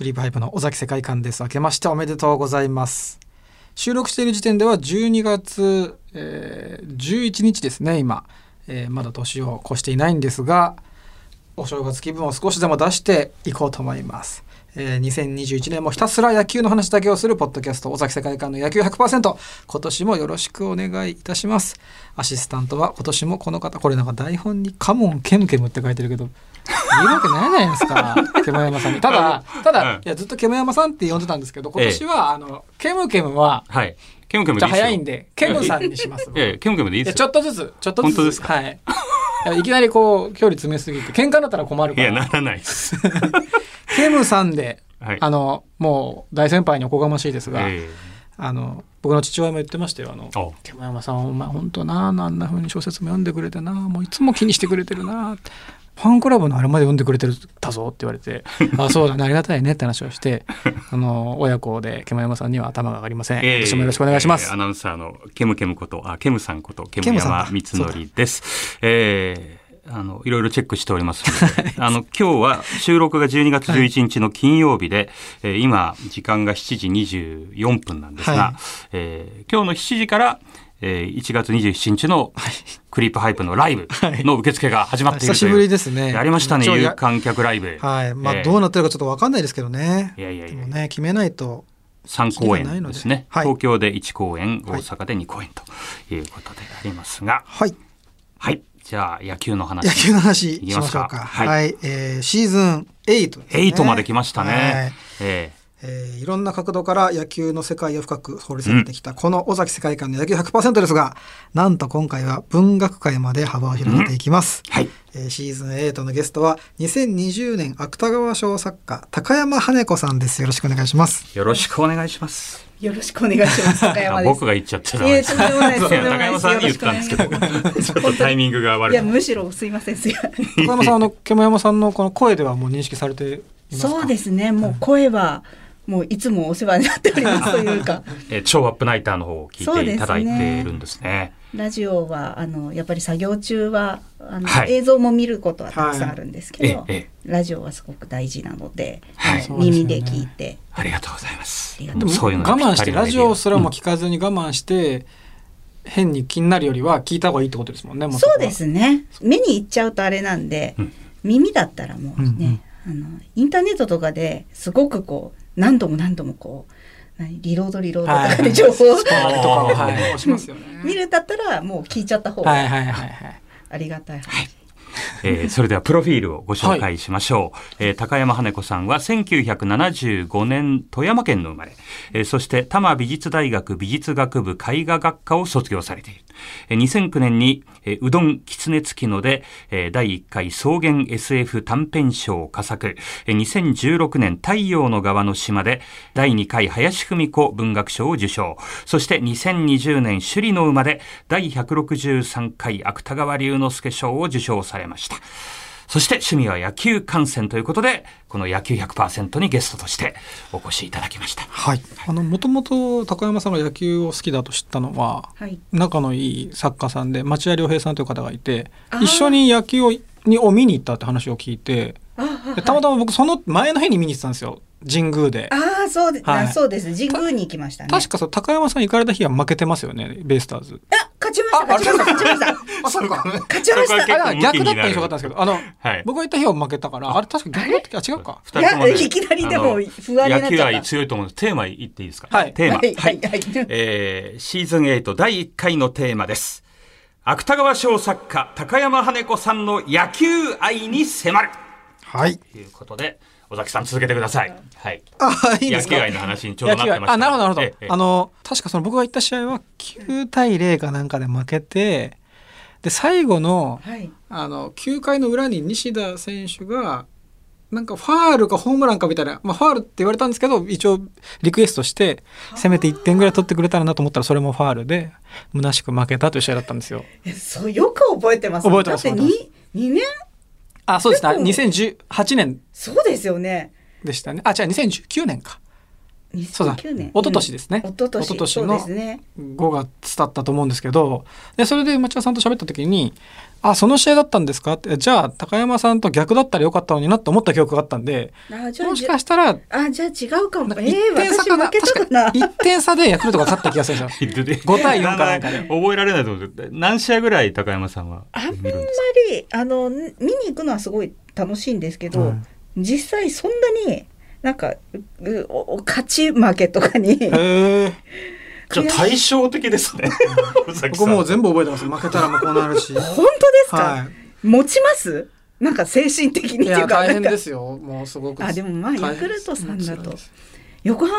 リープハイプの尾崎世界観です。明けましておめでとうございます。収録している時点では12月、えー11日ですね、今。えーまだ年を越していないんですが、お正月気分を少しでも出していこうと思います。えー2021年もひたすら野球の話だけをするポッドキャスト、尾崎世界観の野球100%。今年もよろしくお願いいたします。アシスタントは今年もこの方、これなんか台本にカモンケムケムって書いてるけど、言うわけないじゃないで すか、ケム山さんに。ただ、ただ、うんいやずっとケム山さんって呼んでたんですけど、今年は、あの、ケムケムは、はい。ケムケムじでゃいいっすよ。早いんで、ケムさんにします。いやいやケムケムでいいいでやすちよ。ょっとずつちょっとずつ本当ですかはいいやいきなりこう距離詰めすぎて喧嘩になったら困るいかや、らならないです。ケムさんで、はい。あのもう大先輩におこがましいですが、えあの僕の父親も言ってましたよあのーお「煙山さんお前本当なあんな風に小説も読んでくれてなもういつも気にしてくれてるな」ファンクラブのあれまで読んでくれてるだぞ」って言われ て「あそうだねありがたいね」って話をしてあの親子で煙山さんには頭が上がりません、えー私もよろしくお願いします、えーアナウンサーのケムケムこと、あ、ケムさんこと、ケケムムさん山だ光則です。えーあの、いろいろチェックしておりますので、あの、今日は収録が12月11日の金曜日で、えー今、時間が7時24分なんですが、はいえー今日の7時から、えー1月27日のクリープハイプのライブの受付が始まっていると久しいう、ぶりですねやりましたね、一応や有観客ライブ。はい、まえーあどうなってるかちょっとわかんないですけどね。いやいやいやでもね決めないと。 3公演ですね、はい東京で1公演大はい阪で2公演ということでありますがはい。はいじゃあ野球の話野球の話しまいきしょまうすかか。はいはい、えーシーズン8ですね。 8まで来ましたね、はいええーいろんな角度から野球の世界を深く掘り下げてきた、この尾崎世界観の野球100%ですが、なんと今回は文学界まで幅を広げていきます。えはいえーシーズン8のゲストは2020年芥川賞作家高山羽子さんです。よろしくお願い します。よろしくお願いしますよろしくお願いします。高 山あです。僕が言っちゃってたいえとんでもないです。そうとんでも高ないで山すさんに言ったんですけどよろしくお願いしまちょっとタイミングがす悪いいや、むしろすいません、すいません。高山さん、あの、煙山さんのこの声ではもう認識されていますかそうですね、もう声は、もういつもお世話になっておりますというか、えー超アップナイターの方を聞いていただいているんですねラジオは、あの、やっぱり作業中は、あの、はい映像も見ることはたくさんあるんですけど、はいえええラジオはすごく大事なので、はいあの耳で聞いて、ありがとうございますありがとでうもそういうのが我慢してぴったりのラジオすらもうん聞かずに我慢して、変に気になるよりは聞いた方がいいってことですもんね。もこそはうで。すね。目に行っちゃうとあれなんで、うん耳だったらもうね、あのインターネットとかですごくこう何度も何度もこう何リロードリロードとかはいで情報を、あれとかははいあー押しますよね。見るんだったらもう聞いちゃった方はいがはいはいはい。ありがたい話。えーそれではプロフィールをご紹介しましょう、えー高山羽子さんは1975年富山県の生まれ、えーそして多摩美術大学美術学部絵画学科を卒業されている、えー2009年に、えーうどん狐つきので、えー第1回草原 SF 短編賞佳作、えー2016年太陽の側の島で第2回林芙美子文学賞を受賞そして2020年首里の馬で第163回芥川龍之介賞を受賞されましたそして趣味は野球観戦ということで、この野球100%にゲストとしてお越しいただきました。はい。あの、もともと高山さんが野球を好きだと知ったのは、はい。仲のいい作家さんで町屋良平さんという方がいてあー一緒に野球をにを見に行ったって話を聞いてああでたまたま僕その前の日に見に行ってたんですよ神宮でああそうで、はいあそうです。神宮に行きましたね。確かそう高山さん行かれた日は負けてますよねベイスターズあ勝ちました勝ちました勝ちましたあ そうか 勝ちましそこはた。結あだから逆だったら印象があったんですけど、あの、はい僕が行った日は負けたから、あれ確か逆だったっけあ、違うか。二人ともねいやいきなりでもあの不安になっちゃった野球愛強いと思うんです。テーマ言っていいですかはいテーマ。はいはいはい。えーシーズン8第1回のテーマです。芥川賞作家、高山羽子さんの野球愛に迫るはい。ということで、尾崎さん続けてください。はい。あ、いいんで野すか。球愛の話にちょうどなってました。あ、なるほど、なるほど。ええええ あの、確かその僕が行った試合は9対0かなんかで負けて、で、最後の、はい。あの、9回の裏に西田選手が、なんかファールかホームランかみたいな、まあファールって言われたんですけど、一応リクエストして、せめて1点ぐらい取ってくれたらなと思ったら、それもファールで、虚しく負けたという試合だったんですよ。えそうよく覚えてます。覚えてますだって覚に二年あ、そうですね。結2018年そうですよね。でしたね。あ、違う、2019年か。そうだ2009年一昨年ですねうん一昨年一昨年そうのですね5月だったと思うんですけどでそれで町田さんと喋った時に「あその試合だったんですか?」って「じゃあ高山さんと逆だったらよかったのにな」って思った記憶があったんであじゃあもしかしたらなんかあじゃあ違うかもえ一え点差か私負なけた確かなか1点差でヤクルトが勝った気がす るんですよ。 5 5対4かな んかで覚えられないと思うんですけど何試合ぐらい高山さんはあん見るんですやっぱりあの見に行くのはすごい楽しいんですけど、はい実際そんなになんかううおお勝ち負けとかにへーかじゃあ対照的ですね 尾崎さん僕もう全部覚えてます負けたらもうこうな るし本当ですか、は持ちますなんか精神的 にっいていいやうか大変なんでかすよもうすごくあでもまあ大ヤ変クルトさんだともちろです横浜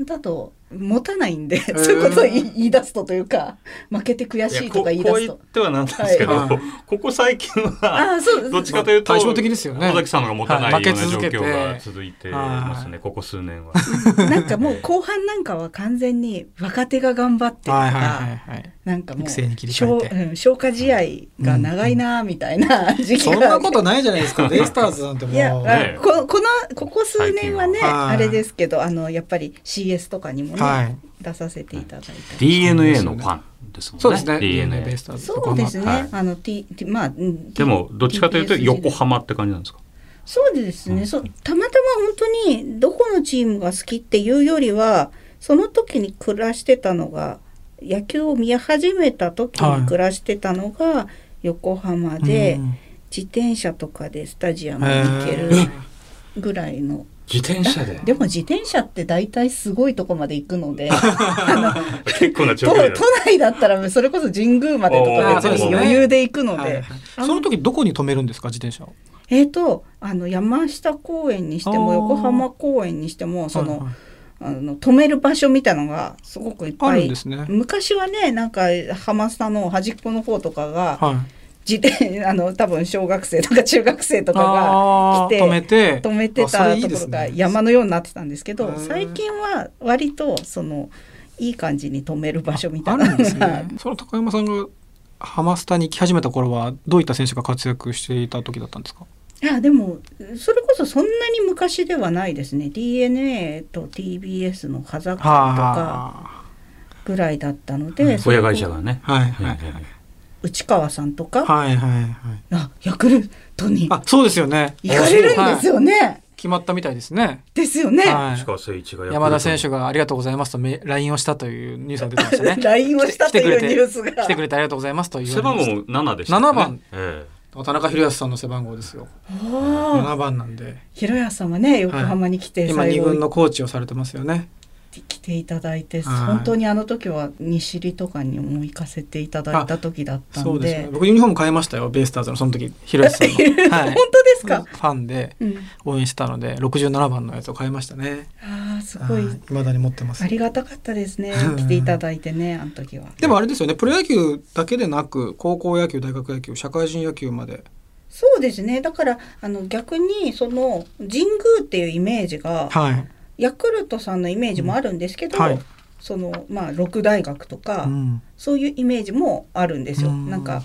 だと持たないんで、ーそういうことを言い言い出すとというか負けて悔しいとか言いここ出うす言っとてはなんですけど、はい ここ最近はああそうどっちかというと対照的ですよね尾崎さんの方が持たないはいような負け状続けて況が続いてますねここ数年はなんかもう後半なんかは完全に若手が頑張ってとか、はいはいはいはいなんかもう育成に切り替えて消うん消化試合が長いなみたいな時期が、そんなことないじゃないですかベイスターズなんてもういや、はねあここのここ数年はね最近はあれですけどあのやっぱり CS とかにもね、い出させていただいたり DNA のファンですもんねそうですね DNA ベイスターズとそうですね、はいあの T, T まあうんでもどっちかというと TBS 横浜って感じなんですかそうですね、うんそうたまたま本当にどこのチームが好きっていうよりはその時に暮らしてたのが野球を見始めた時に暮らしてたのが横浜で、うん自転車とかでスタジアムに行けるへーぐらいの。自転車ででも自転車って大体すごいとこまで行く のであ結構なの長都距離だ都内だったらそれこそ神宮までとかあ別ーそうにですね余裕で行くので、はいはいその時どこに止めるんですか自転車をえー、とあの山下公園にしてもあー横浜公園にしてもその,、はいはいあの止める場所みたいのがすごくいっあぱるんいですねはい昔はねなんか浜スタの端っこの方とかが自転あの多分小学生とか中学生とかあー来て止めてが止めてあそたれいいとでころすがね山のようになってたんですけどへー最近は割とそのいい感じに止める場所みたあいるなんのがです ね その高山さんがハマスタに来始めた頃はどういった選手が活躍していた時だったんですかいやでもそれこそそんなに昔ではないですね DNA と TBS の風とかはぐらいだったのはで、いそれ親こそ会社がねあはいはいはいはいはい内川さんとか、はいはいはいあヤクルトにあそうですよね行かれるんですはいよね、決まったみたいですねですよね、は石い川誠一がヤクルトに山田選手がありがとうございますとめ LINE をしたというニュースが出てまし たね LINE をしたというニュースが来てくれてありがとうございますと言わ背れ番ま号したも7でしたね7番え田中裕康さんの背番号ですよああ7番なんでひろやさんはね横浜に来て今最2軍後のコーチをされてますよね来ていただいて、はい本当にあの時は西里とかにも行かせていただいた時だったそんうですねで僕ユニフォーム買いましたよベイスターズのその時広瀬さんの、はい 本、当ですか、ファンでうん、応援してたので67番のやつを買いましたねああすごいいまだに持ってますありがたかったですねうん来ていただいてねあの時はでもあれですよねプロ野球だけでなく高校野球大学野球社会人野球までそうですねだからあの逆にその神宮っていうイメージがはい、ヤクルトさんのイメージもあるんですけど、うんはいそのまあ六大学とか、うんそういうイメージもあるんですよ。うんなんか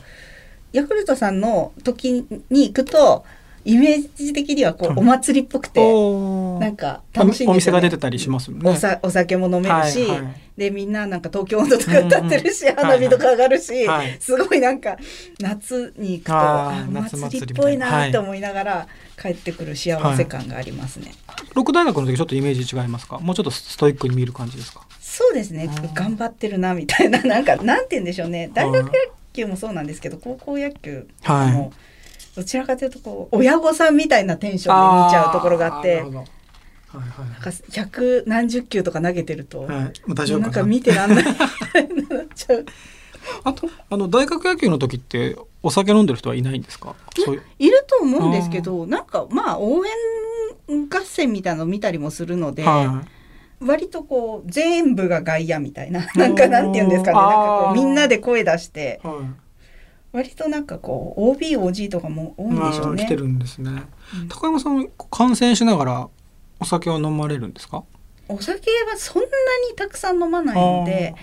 ヤクルトさんの時に行くとイメージ的にはこはいうお祭りっぽくて、おーなんか楽しいんですよねお店が出てたりしますもんねおさお酒も飲めるし、はいはいでみんななんか東京温度とか歌ってるし、うんうん花火とか上がるし、はいはいすごいなんか夏に行くとあーあ夏祭り祭りっぽいみたいなはないって思いながら帰ってくる幸せ感がありますね。六大学の時ちょっとイメージ違いますかもうちょっとストイックに見る感じですかそうですねうん頑張ってるなみたいな なんかなんて言うんでしょうね大学野球もそうなんですけど高校野球はいもどちらかというとこう親御さんみたいなテンションで見ちゃうところがあっーてなるほどはいはいなんか百何十球とか投げてると、はい、もう大丈夫なんかかな見てらんない なっちゃうあとあの大学野球の時ってお酒飲んでる人はいないんですかそういういると思うんですけどなんかまあ応援合戦みたいなの見たりもするので、はい割とこう全部が外野みたいななんかなんて言うんですかねあーなんかこうみんなで声出してはい割となんかこう OBOG とかも多いんでしょうあーね来てるんですねうん高山さん感染しながらお酒は飲まれるんですかお酒はそんなにたくさん飲まないので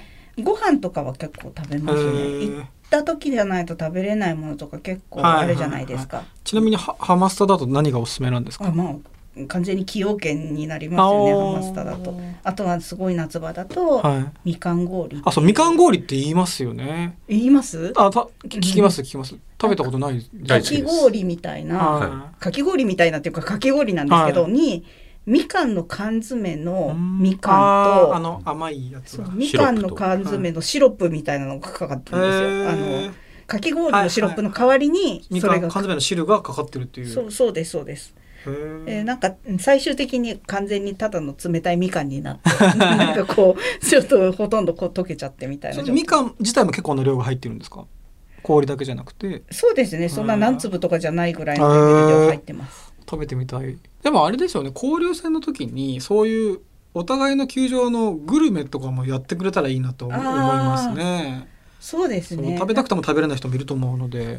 ご飯とかは結構食べあますねー行へっーた時じゃないと食べれないものとか結構はいはいあるじゃないですか、ちなみにハハマスタだと何がおすすめなんですかあまあ完全に崎陽軒になりますよねハマスタだとあとはすごい夏場だと、はいみかん氷あそうみかん氷って言いますよね言いますあた聞きます聞きます食べたことない大か好ききです氷みたいなはかき氷みたいなっていうかかき氷なんですけど、はにみかんの缶詰いのうんみかんあーあとの甘いやつそうがみかんの缶詰のシロップみたいなのがかかってるんですよ。あへのーかき氷のシロップの代わりにみそかれんが缶か詰の汁がかかってるっていうそうそうですそうです。へーえーなんか最終的に完全にただの冷たいみかんになって なんかこうちょっとほとんどこう溶けちゃってみたいなそれみかん自体も結構な量が入ってるんですか氷だけじゃなくてそうですねそんな何粒とかじゃないぐらいのレベルで入ってます。食べてみたいでもあれですよね交流戦の時にそういうお互いの球場のグルメとかもやってくれたらいいなと思いますねそうですそねう食べたくても食べれない人もいると思うので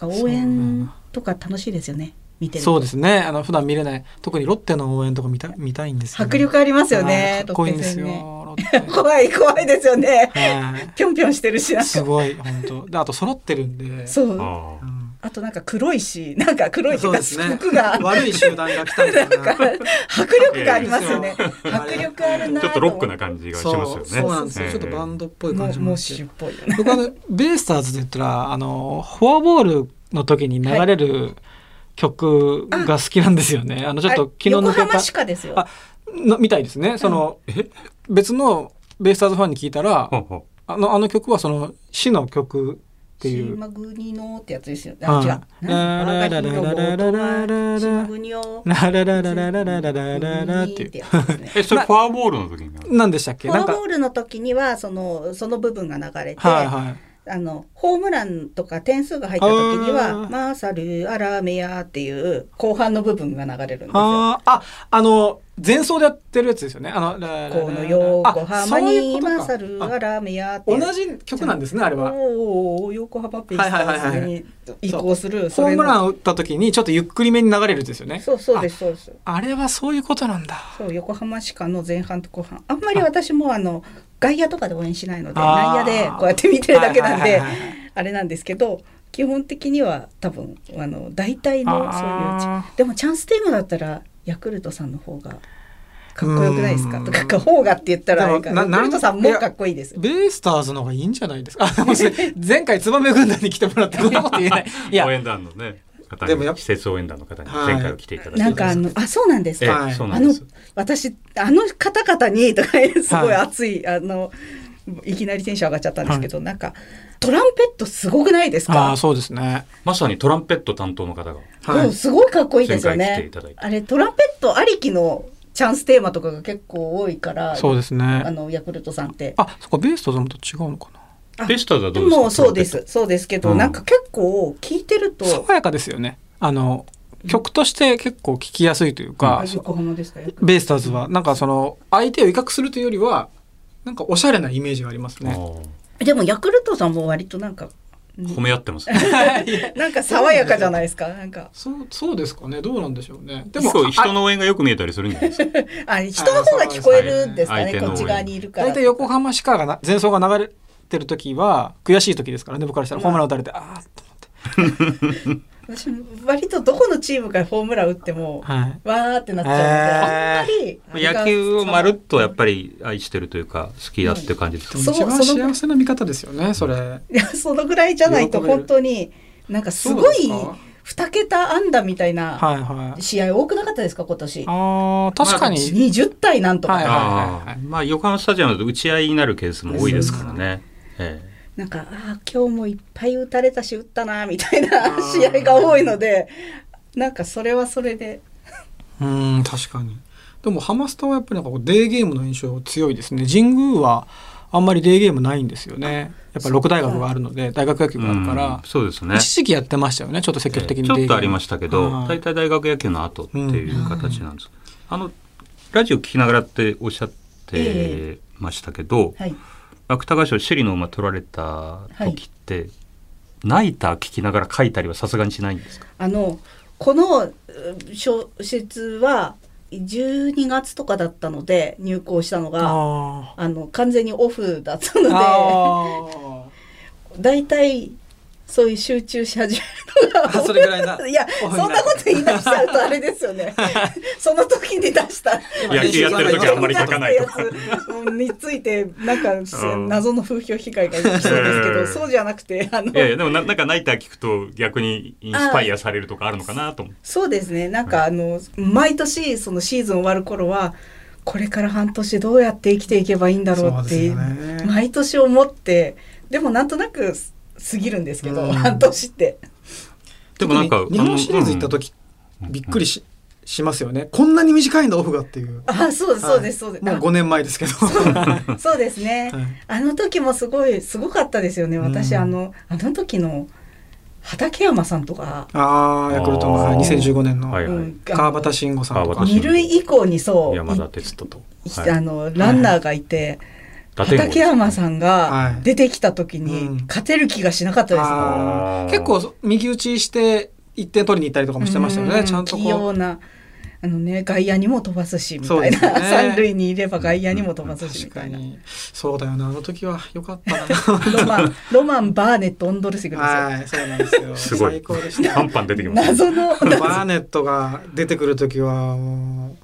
なんか応援とか楽しいですよね見てるそうとですねあの普段見れない特にロッテの応援とか見た見たいんですよね迫力ありますよはねいかっこいいんですよロッテロッ戦ねテ怖い怖いですよ ねはぴょんぴょんしてるしなんいかすごい本当であと揃ってるんでそうあうあんあとなんか黒いしなんか黒いっていそううかですね服が悪い集団が来たみたいなんかな迫力がありますよねいやいいですよ迫力あるなちょっとロックな感感じがしそまうすよね。そうなんですよ、ええちょっとバンドっぽいも感うじももうしてシュっぽいよね僕あのベイスターズで言ったらあのフォアボールの時に流れる曲が好きなんですよね。あのちょっとあ気の抜け横浜したかですよあのみたいですね。その、え別のベイスターズファンに聞いたらほうほうあのあの曲はその市の曲っていう。島国のってやつですよね、はいあ違うなんか我が国のラララララララララララララ冒頭は島国をラララララっていう。やつですね え、それフォアボールの時になる何でしたっけ？フ ォなアんかボールの時にはそのその部分が流れて、はいはい。あのホームランとか点数が入った時にはあー「マーサルアラメヤ」っていう後半の部分が流れるんですよ。あーああの前奏でやってるやつですよね。あのラララララこの横あ浜そういうこにとかマーサルアラメヤっていう同じ曲なんですねあれは。おーおー横浜ペイスターズに移行するホームランン打った時にちょっとゆっくりめに流れるんですよね。そうそうですそうですあ。あれはそういうことなんだ。そう横浜市下の前半と後半あんまり私もあの外野とかで応援しないので内あー野でこうやって見てるだけなんはいではいはいはいあれなんですけど基本的には多分あの大体のそういうチあでもチャンステーマだったらヤクルトさんの方がかっこよくないですかうんとか「方が」って言ったらでなもんかなヤクルトさんもかっこいいです。ベイスターズの方がいいんじゃないですか。あでもそれ前回ツバメ軍団に来てもらってこんなこと言えない。いや応、援団のね、方でもに、やっぱ施設応援団の方にはい前回は来ていただいて。なんかあのあそうなんですえか。はえ、いそうなあんでのす。私あの方々に とかすごはいい熱い、あのいきなりテンション上がっちゃったんですけど、なんかトランペットすごくないですあかーそうですね。まさにトランペット担当の方が。はういん。すごいかっこいいですよ前回来てねいただいてあれトランペットありきのチャンステーマとかが結構多いからそうですあね。のヤクルトさんってあ、そっかベイスターズのと違うのかな。あベスターズはでどうですかもそうですそうですけど、うんなんか結構聞いてると爽やかですよね。あの曲として結構聴きやすいというか、あそう横浜ですかヤクルトベイスターズはなんかその相手を威嚇するというよりはなんかおしゃれなイメージがありますトランペね。ット。でもヤクルトさんも割となんかあー褒め合ってますね。なんか爽やかじゃないですかなんかそうそうですかねどうなんでしょうね。ででもも、あ人の応援がよく見えたりするんじゃないですか。あ人の方が聞こえるんですかあーそうねですねこっち側にいるから大体横浜市川がな前奏が流れてる時は悔しい時ですからね僕からしたらホームラン打たれて、ああーと思って、私割とどこのチームがホームラン打っても、はい、わーってなっちゃうので、あんまり野球をまるっとやっぱり愛してるというか、好きだっていう感じですでか。もそう一番その幸せな見方ですよねそれ。いやそのぐらいじゃないと喜べる本当になんかすごそういですか2桁安打みたいなはいはい。試合多くなかったですか今年ああ確かに、 20対なんとか、はいあはいあ、まあ、横浜スタジアムだと打ち合いになるケースも多いですからね。ええなんかあー今日もいっぱい打たれたし打ったなみたいなあー試合が多いのでなんかそれはそれでうん確かに。でもハマスタはやっぱりなんかこうデーゲームの印象強いですね。神宮はあんまりデーゲームないんですよね。やっぱり六大学があるので大学野球があるから。うんそうですね。一時期やってましたよねちょっと積極的にちょっとありまししたけど、はい大体大学野球の後っていう形なんです、あのラジオ聞きながらっておっしゃってえましたけど、はい芥川賞シェリの馬取られた時って、泣いた聞きながら書いたりはさすがにしないんですかあのこのうん小説は12月とかだったので入校したのがああの完全にオフだったーのであー大体そういう集中し始めるのがあそれぐらいないやそんなこと言い出しちゃうとあれです よねその時に出した野球やってる時はあんまり書かないとかうんについてなんかん謎の風評被害が出てきそうですけうんどそうじゃなくてあのいやいやでもななんかナイター聞くと逆にインスパイアされるとかあるのかなと思ってそうですねなんかあの毎年そのシーズン終わる頃はこれから半年どうやって生きていけばいいんだろうそうっですてよね毎年思ってでもなんとなく過ぎるんですけど、うん半年って。でもなんか特に日本シリーズ行った時、びっくりししますよねこんなに短いんだオフがっていうあそうですそうですそうです。はいもう5年前ですけど あそうですね、はいあの時もすごいすごかったですよね私、うんあのあの時の畠山さんとか、ああヤクルトのはいあー2015年のはいはいうんあの川端慎吾さんと川か端二塁以降にそう山田哲人と、いはいあのランナーがいて、打点王畠山さんはがい出てきた時に、うん勝てる気がしなかったですね。ああーー結構右打ちして一点取りに行ったりとかもしてましたようねちゃんと器用こなあのね外野にも飛ばすしみそうたいですな、ね三塁にいれば外野にも飛ばうす確しみたかいな、にそうだよなあの時は良か ったなロマンロマンバーネットオンドルセグですよはいそうなんですよすごい最高でしたパンパン出てきます謎のバーネットが出てくる時はも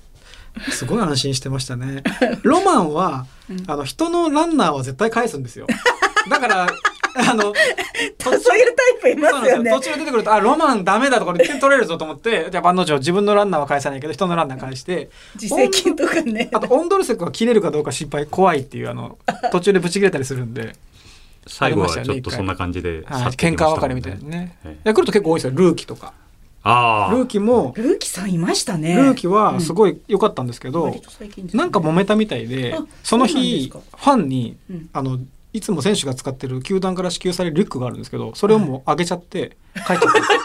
うすごい安心してました ね。ロマンは、あの人のランナーは絶対返すんですよ。だからあのそういうタイプいまそうなんすですよよね途中で出てくるとあロマンダメだとかで点取れるぞと思ってじゃあ万能は自分のランナーは返さないけど人のランナー返して自責とかねあとオンドルセクは切れるかどうか心配怖いっていうあの途中でブチ切れたりするんで、最後はちょっとそんな感じではい去ってい喧きま嘩し別たもんねれみたいなねええ。ヤクルト結構多いですよルーキーとかああルーキーもルーキさんいましたねルーキーはすい、ごい良かったんですけど、割と最近ですねなんか揉めたみたいであ、そのそうなんです日、フかァンに、うんあの、いつも選手が使ってる球団から支給されるリュックがあるんですけど、それをもうあげちゃって、帰っちゃったんですよ。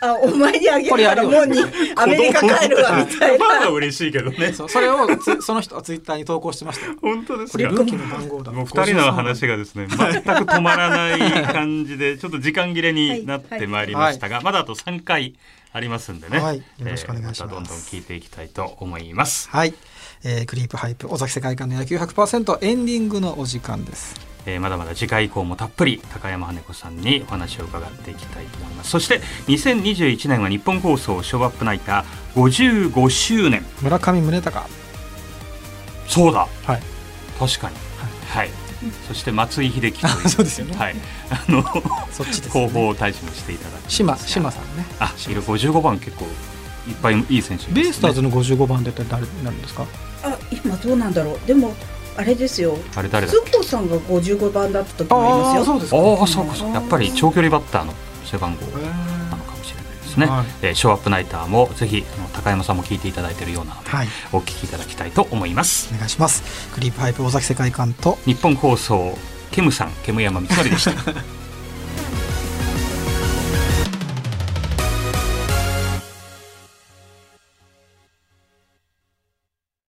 あお前にあげるからこれもやうるによアメリカ帰るわみフたァいンはな嬉しいけどねそうそれをツその人はツイッターに投稿してましたよ。本当ですこれかルーキーの番号だ。もう2人の話が。がですね全く止まらない感じでちょっと時間切れになってまいりましたが、まだあと3回ありますんでね、はいよろしくお願いしえーまますたどんどん聞いていきたいと思います、はい。えークリープハイプ、尾崎世界観の野球100%エンディングのお時間です。えーまだまだ次回以降もたっぷり高山羽子さんにお話を伺っていきたいと思いますそして2021年は日本放送ショーアップナイター55周年村上宗隆。そうだはい。確かにはい、そして松井秀喜とい そうですよねはい、あのそっちです、広ね。報大使もしていただき島、島さんね。あ、色55番結構いっぱいいい選手いますねベイスターズの55番で誰になるんですかあ今どうなんだろうでもあれですよあれ誰だ津子さんが55番だった時もありますようでああ、そうかそうか。やっぱり長距離バッターの背番号なえーのかもしれないですね。はいえーショーアップナイターもぜひあの高山さんも聞いていただいているようなので、はい。お聞きいただきたいと思います。お願いしますクリープハイプ尾崎世界観と日本放送ケムさん、ケム山光則でした。